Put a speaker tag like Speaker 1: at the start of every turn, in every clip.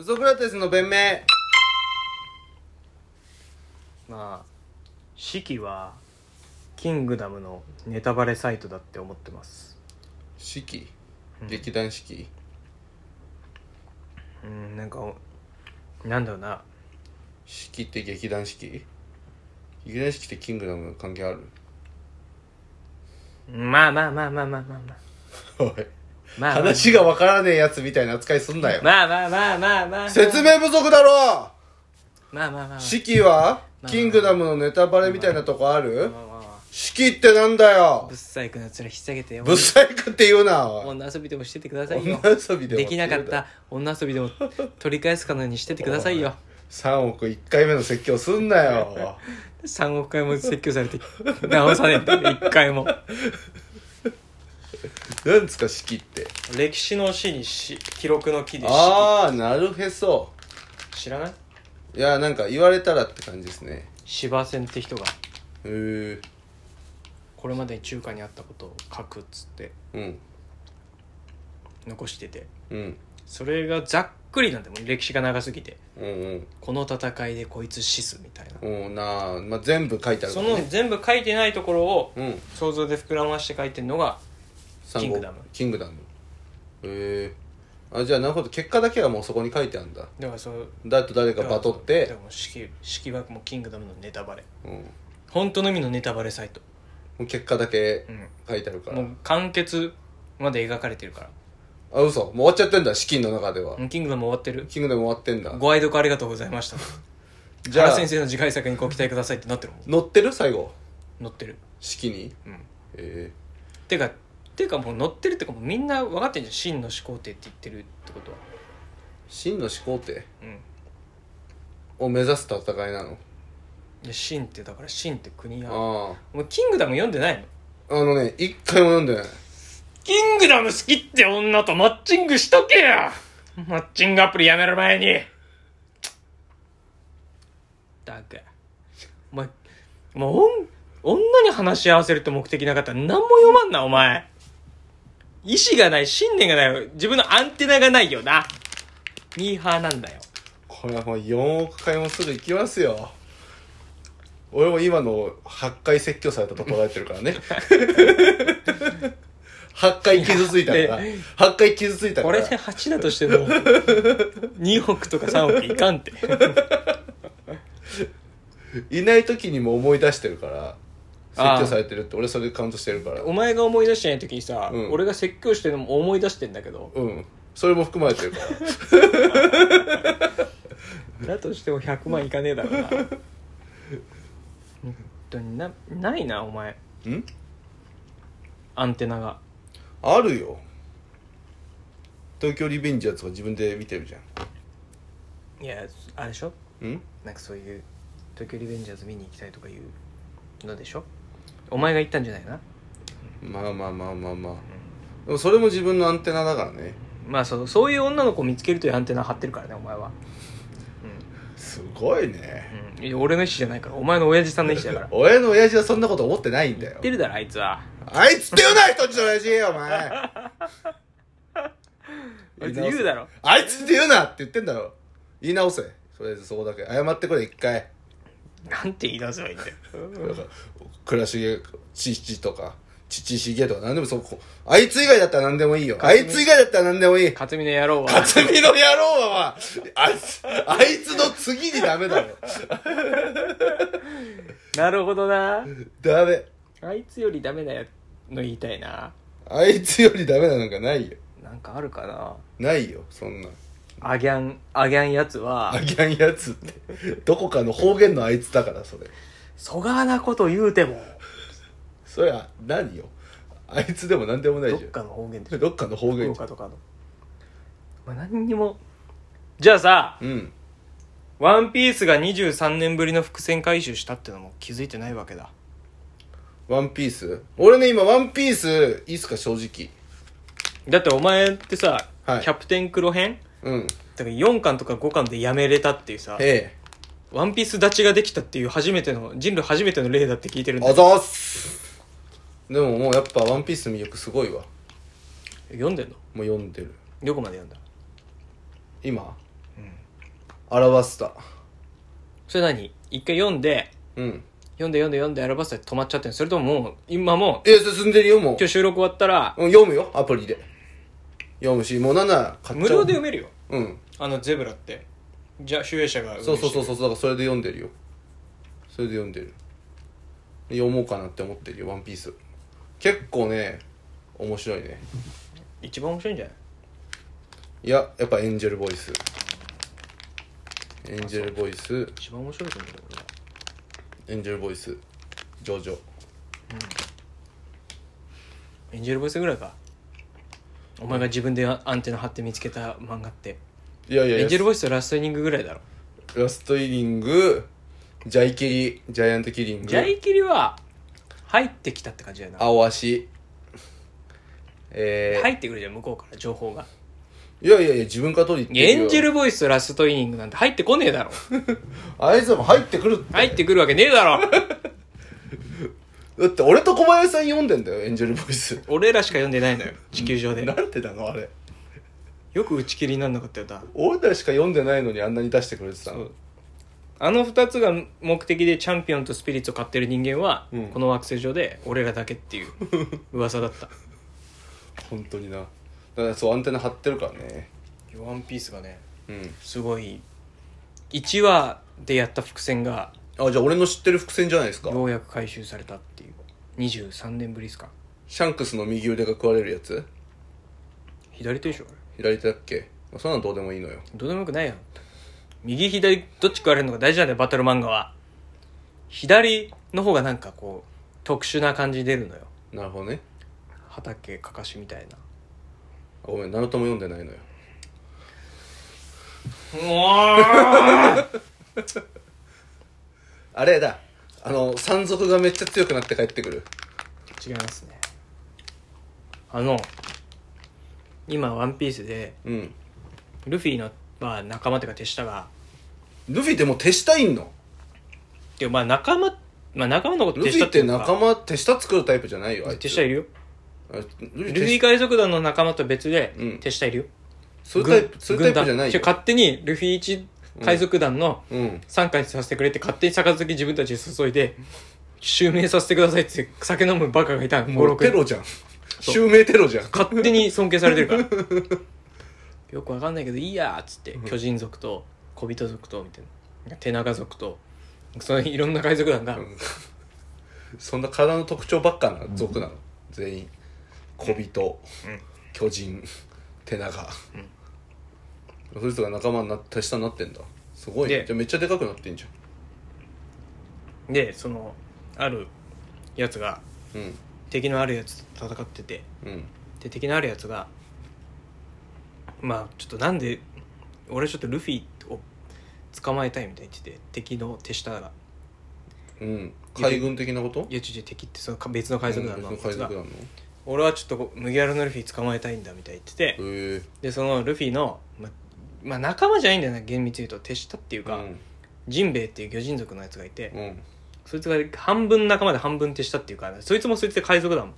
Speaker 1: ソクラテスの弁明まあ
Speaker 2: 式はキングダムのネタバレサイトだって思ってます
Speaker 1: 式
Speaker 2: うん
Speaker 1: 劇団式
Speaker 2: うんなんかおなんだろうな
Speaker 1: 式って劇団式劇団式ってキングダム関係ある
Speaker 2: まあまあまあまあまあまあまあ
Speaker 1: おい
Speaker 2: まあ
Speaker 1: 話がわからねえやつみたいな扱いすんなよ
Speaker 2: まあまあまあまあまあ
Speaker 1: 説明不足だろ
Speaker 2: まあまあまあ
Speaker 1: 式はキングダムのネタバレみたいなとこある
Speaker 2: まあまあま
Speaker 1: 式ってなんだ
Speaker 2: あ
Speaker 1: よ
Speaker 2: ぶっさいくなつら引っ下げてよ
Speaker 1: ぶっさいくって言うなおい
Speaker 2: 女遊びでもしててくださいよ
Speaker 1: 女遊びでも
Speaker 2: できなかった女遊びでも取り返すかのようにしててくださいよ
Speaker 1: 3億1回目の説教すんなよ
Speaker 2: 3億回も説教されて直さねえって1回も
Speaker 1: なんですか式って
Speaker 2: 歴史の史にし記録の記で史
Speaker 1: ああなるへそ
Speaker 2: 知らない
Speaker 1: いやなんか言われたらって感じですね
Speaker 2: 司馬遷って人が
Speaker 1: へえ
Speaker 2: これまでに中華にあったことを書くっつって
Speaker 1: うん
Speaker 2: 残してて
Speaker 1: うん
Speaker 2: それがざっくりなんだもん歴史が長すぎて
Speaker 1: うん
Speaker 2: この戦いでこいつ死すみたいな
Speaker 1: うんうんなあ、まあ、全部書いてあるか
Speaker 2: そ
Speaker 1: らね
Speaker 2: の全部書いてないところを
Speaker 1: うん
Speaker 2: 想像で膨らまして書いてるのが
Speaker 1: 三
Speaker 2: キン
Speaker 1: 号
Speaker 2: グダム
Speaker 1: キングダムへえあじゃあなるほど結果だけはもうそこに書いてあるんだ
Speaker 2: だからそう
Speaker 1: だと誰か
Speaker 2: だから
Speaker 1: バトっ
Speaker 2: だか
Speaker 1: て
Speaker 2: らもう式式はもうキングダムのネタバレ
Speaker 1: うんも
Speaker 2: 本当の意味のネタバレサイト
Speaker 1: う結果だけ
Speaker 2: うん
Speaker 1: 書いてあるから、
Speaker 2: もう完結まで描かれてるか
Speaker 1: あ嘘もう終わっちゃってんだ資金の中では、
Speaker 2: らうんキングダム終わってる
Speaker 1: キングダム終わってんだ
Speaker 2: ご愛読ありがとうございました
Speaker 1: じゃ
Speaker 2: 原
Speaker 1: あ
Speaker 2: 先生の次回作にご期待くださいってなってるもん
Speaker 1: 乗ってる最後
Speaker 2: 載ってる
Speaker 1: 式に
Speaker 2: うん
Speaker 1: え
Speaker 2: てかてかもう載ってるってかもうみんな分かってんじゃん真の始皇帝って言ってるってことは
Speaker 1: え真の始皇帝
Speaker 2: うん
Speaker 1: を目指す戦いなの
Speaker 2: いや真ってだから真って国やお
Speaker 1: あ
Speaker 2: 前キングダム読んでないの
Speaker 1: ああのね一回も読んでない
Speaker 2: キングダム好きって女とマッチングしとけやマッチングアプリやめる前にだくお前もうおん女に話し合わせるって目的なかったら何も読まんなお前意志がない信念がない自分のアンテナがないよなミーハーなんだよ
Speaker 1: これはもう4億回もすぐ行きますよ俺も今の8回説教されたと捉えてるからね 8回傷ついたから
Speaker 2: いや
Speaker 1: 8回傷ついたか
Speaker 2: こ
Speaker 1: ら
Speaker 2: れで8だとして も2億とか3億いかんって
Speaker 1: いない時にも思い出してるから説教されてるって俺それでカウントしてるから
Speaker 2: お前が思い出してない時にさ、
Speaker 1: うん
Speaker 2: 俺が説教してるのも思い出してんだけど
Speaker 1: うんそれも含まれてるから
Speaker 2: だとしても100万いかねえだろうな本当になないなお前
Speaker 1: ん
Speaker 2: アンテナが
Speaker 1: あるよ東京リベンジャーズが自分で見てるじゃ
Speaker 2: いやあれでしょ
Speaker 1: んん
Speaker 2: なんかそういう「東京リベンジャーズ見に行きたい」とかいうのでしょお前が言ったんじゃないな
Speaker 1: まあまあまあまあまあでもそれも自分のアンテナだからね
Speaker 2: まあそうそういう女の子を見つけるというアンテナ張ってるからねお前は
Speaker 1: すごいね
Speaker 2: うん、うん、いや俺の意思じゃないからお前の親父さんの意思だから
Speaker 1: 俺の親父はそんなこと思ってないんだよ
Speaker 2: 言ってるだろあいつは
Speaker 1: あいつって言うな人んちの親父よお前
Speaker 2: あいつ言うだろ
Speaker 1: あいつって言うなって言ってんだろ言い直せとりあえずそこだけ謝ってくれ一回
Speaker 2: なんて言い出せばいいん だよ
Speaker 1: なんか倉重父とか父しげとか何でもそこあいつ以外だったら何でもいいよあいつ以外だったら何でもいい
Speaker 2: 克実の野郎は
Speaker 1: 辰巳の野郎は、まあ、あいつ、あいつの次にダメだろ。
Speaker 2: なるほどな
Speaker 1: ダメ。
Speaker 2: あいつよりダメなやの言いたいな
Speaker 1: あいつよりダメなのかないよ。
Speaker 2: なんかあるかな
Speaker 1: ないよ、そんな。
Speaker 2: あギャンあギャンやつは
Speaker 1: あぎゃんやつって。どこかの方言のあいつだから、それ。
Speaker 2: そがなこと言うても
Speaker 1: そりゃ、何よ。あいつでも何でもない
Speaker 2: どっ
Speaker 1: じゃ
Speaker 2: かの方言でし
Speaker 1: ん。
Speaker 2: ょ
Speaker 1: どっかの方
Speaker 2: 福
Speaker 1: 言じゃ
Speaker 2: 岡とかの、まあ、何にもじゃあさ
Speaker 1: ん。うん。
Speaker 2: 「ワンピースが23年ぶりの伏線回収したってのも気づいてないわけだ
Speaker 1: ワンピース俺ね、今、ワンピース、いいっすか、正直。
Speaker 2: だってお前ってさ、
Speaker 1: はい
Speaker 2: キャプテンクロ編
Speaker 1: うん。
Speaker 2: だから4巻とか5巻でやめれたっていうさ
Speaker 1: え
Speaker 2: ワンピース立ちができたっていう初めての人類初めての例だって聞いてる
Speaker 1: え。
Speaker 2: ん
Speaker 1: あ
Speaker 2: だ
Speaker 1: ざーっす。でももうやっぱ、ワンピースの魅力すごいわ。
Speaker 2: 読んでんの
Speaker 1: もう読んでる。
Speaker 2: どこまで読んだ
Speaker 1: 今表した
Speaker 2: それ何一回読んで、
Speaker 1: うん
Speaker 2: 読んで読んで読んでアルバスタで止まっちゃってんのそれとももう、今もう、
Speaker 1: いや進んでるよもう
Speaker 2: 今日収録終わったら、
Speaker 1: うん読むよアプリで読むしもうなんなら買っ
Speaker 2: 無
Speaker 1: ちゃう
Speaker 2: 料で読めるよ。
Speaker 1: うん
Speaker 2: あの、ゼブラって。じゃ、集英者が。
Speaker 1: そうそうそうそうだからそれで読んでるよそれで読んでる読もうかなって思ってるよ「ワンピース結構ね面白いね
Speaker 2: 一番面白いんじゃない
Speaker 1: いややっぱエンジェルボイスエンジェルボイス
Speaker 2: 一番面白いと思うよ俺は
Speaker 1: エンジェルボイスジョジョ
Speaker 2: エンジェルボイスぐらいか。お前が自分でアンテナ張って見つけた漫画って。
Speaker 1: いやいやいや
Speaker 2: エンジェルボイスとラストイニングぐらいだろ。
Speaker 1: ラストイリングジャイキリジャイアントキリング
Speaker 2: ジャイキリは、入ってきたって感じだよな。
Speaker 1: 青足えー
Speaker 2: 入ってくるじゃん、向こうから情報が。
Speaker 1: いやいやいや自分から取りに行って
Speaker 2: エ
Speaker 1: るよ
Speaker 2: ンジェルボイスとラストイニングなんて入ってこね えだろ。
Speaker 1: あいつらも入ってくるって
Speaker 2: 入ってくるわけねえだろ。
Speaker 1: だって俺と小林さん読んでんだよエンジェルボイス
Speaker 2: 俺らしか読んでないのよ、地球上で。
Speaker 1: なんてなのあれ
Speaker 2: よく打ち切りになんなかったよだ
Speaker 1: 俺らしか読んでないのにあんなに出してくれてたの
Speaker 2: あの2つが目的でチャンピオンとスピリッツを買ってる人間は、
Speaker 1: うん
Speaker 2: この惑星上で俺らだけ っていう噂だった
Speaker 1: 本当になだからそうアンテナ張ってるからね
Speaker 2: 「ワンピースがね
Speaker 1: うん
Speaker 2: すごい1話でやった伏線が
Speaker 1: あじゃあ俺の知ってる伏線じゃないですか
Speaker 2: ようやく回収されたっていう23年ぶりですか
Speaker 1: シャンクスの右腕が食われるやつ
Speaker 2: 左手でしょあれ
Speaker 1: 左手だっけそんなのどうでもいいのよ
Speaker 2: どうでもよくないよ右左どっち食われるのが大事なんだよバトル漫画は左の方がなんかこう特殊な感じ出るのよ
Speaker 1: なるほどね
Speaker 2: 畑かかしみたいな
Speaker 1: あごめんナルトも読んでないのよあれだあの山賊がめっちゃ強くなって帰ってくる
Speaker 2: 違いますねあの今「ワンピースで
Speaker 1: うん
Speaker 2: ルフィの、まあ、仲間というか手下が
Speaker 1: ルフィってもう手下いんの
Speaker 2: っていうまあ仲間、まあ、仲間のこと
Speaker 1: ル
Speaker 2: 手
Speaker 1: フィ
Speaker 2: 下
Speaker 1: って
Speaker 2: いうか
Speaker 1: 仲間手下作るタイプじゃないよあいつ
Speaker 2: 手下いるよ
Speaker 1: あルフィ
Speaker 2: ルフィ
Speaker 1: 手下
Speaker 2: 海賊団の仲間と別で
Speaker 1: うん
Speaker 2: 手下いるよ、
Speaker 1: そういうタイ
Speaker 2: 軍
Speaker 1: プそういうタイプじゃない
Speaker 2: 軍
Speaker 1: よ
Speaker 2: 団勝手にルフィ一海賊団の
Speaker 1: うん
Speaker 2: 傘下にさせてくれって勝手に杯自分たちで注いで襲名させてくださいって酒飲むバカがいたの
Speaker 1: もうテ
Speaker 2: 56人
Speaker 1: ロじゃん襲名テロじゃん
Speaker 2: 勝手に尊敬されてるから よくわかんないけどいいやーっつって巨人族と小人族とみたいな手長族とそのいろんな海賊団が、
Speaker 1: んそんな体の特徴ばっかな族なの全員小人巨人手長そいつが仲間にな手下になってんだすごいね
Speaker 2: で
Speaker 1: じゃあめっちゃでかくなってんじ
Speaker 2: でそのあるやつが
Speaker 1: ゃんうん
Speaker 2: 敵のあるやつと戦ってて
Speaker 1: うん
Speaker 2: で敵のあるやつがまあちょっとなんで俺ちょっとルフィを捕まえたいみたいに言ってて敵の手下が
Speaker 1: うん海軍的なこと
Speaker 2: いやちょちょ敵ってその別の海賊団の
Speaker 1: うん別の海
Speaker 2: やつが
Speaker 1: 賊団の
Speaker 2: 俺はちょっとこう麦わらのルフィ捕まえたいんだみたいに言ってて、
Speaker 1: へえ
Speaker 2: でそのルフィの、ままあ、仲間じゃないんだよね厳密に言うと手下っていう
Speaker 1: う
Speaker 2: か、
Speaker 1: ん
Speaker 2: ジンベエっていう魚人族のやつがいて、
Speaker 1: うん
Speaker 2: そいつが半分仲間で半分手下っていうかそいつもそいつで海賊団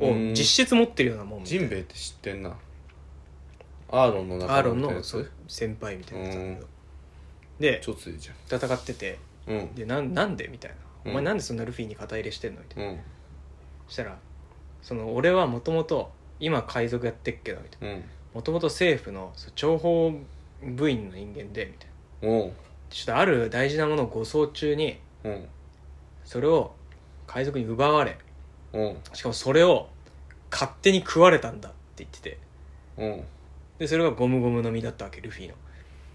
Speaker 2: を
Speaker 1: うん
Speaker 2: 実質持ってるようなもん
Speaker 1: ジンベエって知ってんなアーロンの仲
Speaker 2: アーロン
Speaker 1: 間みたいな
Speaker 2: の
Speaker 1: や
Speaker 2: そう
Speaker 1: つ
Speaker 2: 先輩みたいなやつなんだけど
Speaker 1: う
Speaker 2: で
Speaker 1: ちょついじ
Speaker 2: 戦ってて
Speaker 1: ゃんうん
Speaker 2: でなんなんでみたいな「
Speaker 1: うん
Speaker 2: お前なんでそんなルフィに肩入れしてんの?」みたいな
Speaker 1: うん
Speaker 2: そしたら「その俺はもともと今海賊やってっけど」みたいな
Speaker 1: うん
Speaker 2: 「もともと政府のそう諜報部員の人間で」みたいな
Speaker 1: うん
Speaker 2: ちょっとある大事なものを護送中に
Speaker 1: うん
Speaker 2: それを海賊に奪われ
Speaker 1: うん
Speaker 2: しかもそれを勝手に食われたんだって言ってて
Speaker 1: うん
Speaker 2: でそれがゴムゴムの実だったわけルフィの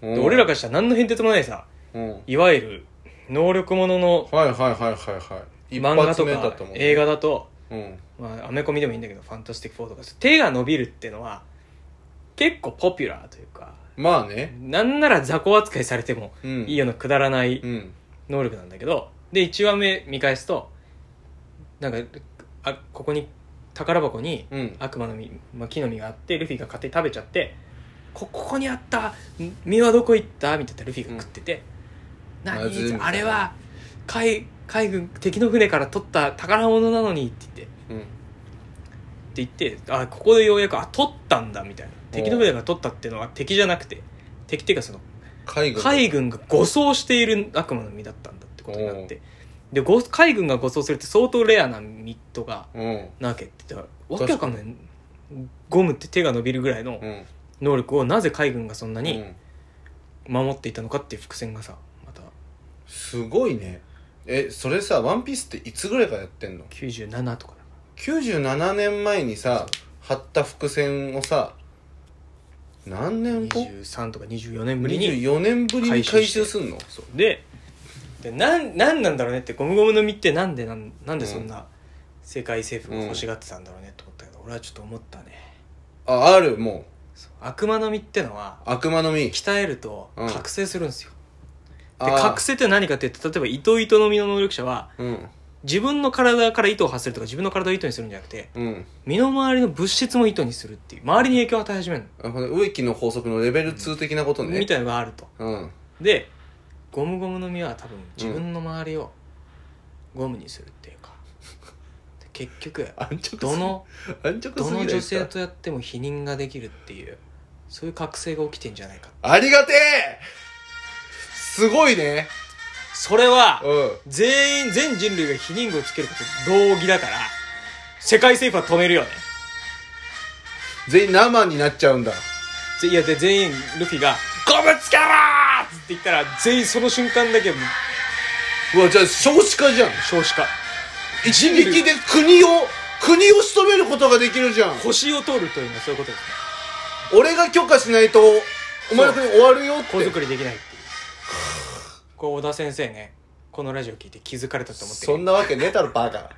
Speaker 1: うん
Speaker 2: で俺らからしたら何の変哲もないさ
Speaker 1: うん
Speaker 2: いわゆる能力者の
Speaker 1: はいはいはいはいはい
Speaker 2: 漫画
Speaker 1: 一発
Speaker 2: と
Speaker 1: 目だ
Speaker 2: か
Speaker 1: と思う
Speaker 2: 映画だと
Speaker 1: うん
Speaker 2: まあアメコミでもいいんだけど「ファンタスティック4」とか手が伸びるっていうのは結構ポピュラーというか
Speaker 1: まあね
Speaker 2: なんなら雑魚扱いされても
Speaker 1: うん
Speaker 2: いいようなくだらない
Speaker 1: うん
Speaker 2: 能力なんだけどで1話目見返すとなんかあここに宝箱に
Speaker 1: うん
Speaker 2: 悪魔の実、まあ、木の実があってルフィが勝手に食べちゃってこここにあったん実はどこ行ったみたいなルフィが食ってて、
Speaker 1: まずいみた
Speaker 2: 何
Speaker 1: いな
Speaker 2: あれは海海軍敵の船から取った宝物なのにって言って
Speaker 1: うんって
Speaker 2: 言ってあここでようやくあ取ったんだみたいな敵の船が取ったっていうのは敵じゃなくて敵っていうかその
Speaker 1: 海軍
Speaker 2: 海軍が護送している悪魔の実だったんだってことになってでご海軍が護送するって相当レアなミットが
Speaker 1: うん
Speaker 2: なわけってだからわけわかんないゴムって手が伸びるぐらいの
Speaker 1: うん
Speaker 2: 能力をなぜ海軍がそんな
Speaker 1: う
Speaker 2: に
Speaker 1: ん
Speaker 2: 守っていたのかっていう伏線がさまた
Speaker 1: すごいねえそれさ「ワンピースっていつぐらいからやってんの
Speaker 2: 97とかだか
Speaker 1: 97年前にさ貼った伏線をさ何
Speaker 2: ら
Speaker 1: 年後
Speaker 2: 23とか24年ぶりに
Speaker 1: 24年ぶりに回収すんの
Speaker 2: そうででなんなんなんだろうねってゴムゴムの実ってなんでなんなんでそんな世界政府が欲しがってたんだろうねと思ったけど、俺はちょっと思ったね
Speaker 1: ああるも
Speaker 2: そう悪魔の実ってのは
Speaker 1: う悪魔の実
Speaker 2: 鍛えると
Speaker 1: うん
Speaker 2: 覚醒するんですよ、
Speaker 1: あ
Speaker 2: で
Speaker 1: ー
Speaker 2: 覚醒って何かって言って例えば糸糸の実の能力者は
Speaker 1: うん
Speaker 2: 自分の体から糸を発するとか自分の体を糸にするんじゃなくて
Speaker 1: うん
Speaker 2: 身の回りの物質も糸にするっていう周りに影響を与え始める
Speaker 1: あほんで植木の法則のレベル2的なこと
Speaker 2: の、
Speaker 1: ね
Speaker 2: みたいのがあると
Speaker 1: うん
Speaker 2: でゴムゴムの実は多分自分の周りをゴムにするっていうか、で結局
Speaker 1: 安直すぎ
Speaker 2: どの
Speaker 1: 安直すぎ
Speaker 2: ど
Speaker 1: な
Speaker 2: の
Speaker 1: いで
Speaker 2: 女
Speaker 1: すか
Speaker 2: 性とやっても否認ができるっていうそういう覚醒が起きてんじゃないか
Speaker 1: ありがてえすごいね
Speaker 2: それは
Speaker 1: うん
Speaker 2: 全員全人類が否認具をつけることと同義だから世界政府は止めるよね
Speaker 1: 全員生になっちゃうんだ
Speaker 2: ぜいやで全員ルフィが「ゴムつけろー!」って言ったら全員その瞬間だけもう
Speaker 1: うわじゃあ少子化じゃん
Speaker 2: 少子化
Speaker 1: 一撃で国を国を仕留めることができるじゃん
Speaker 2: 星を通るというのはそういうことですね
Speaker 1: 俺が許可しないとお前の国終わるよって
Speaker 2: 子作りできないっていうこう小田先生ねこのラジオ聞いて気づかれたと思ってる
Speaker 1: そんなわけねえだろバカ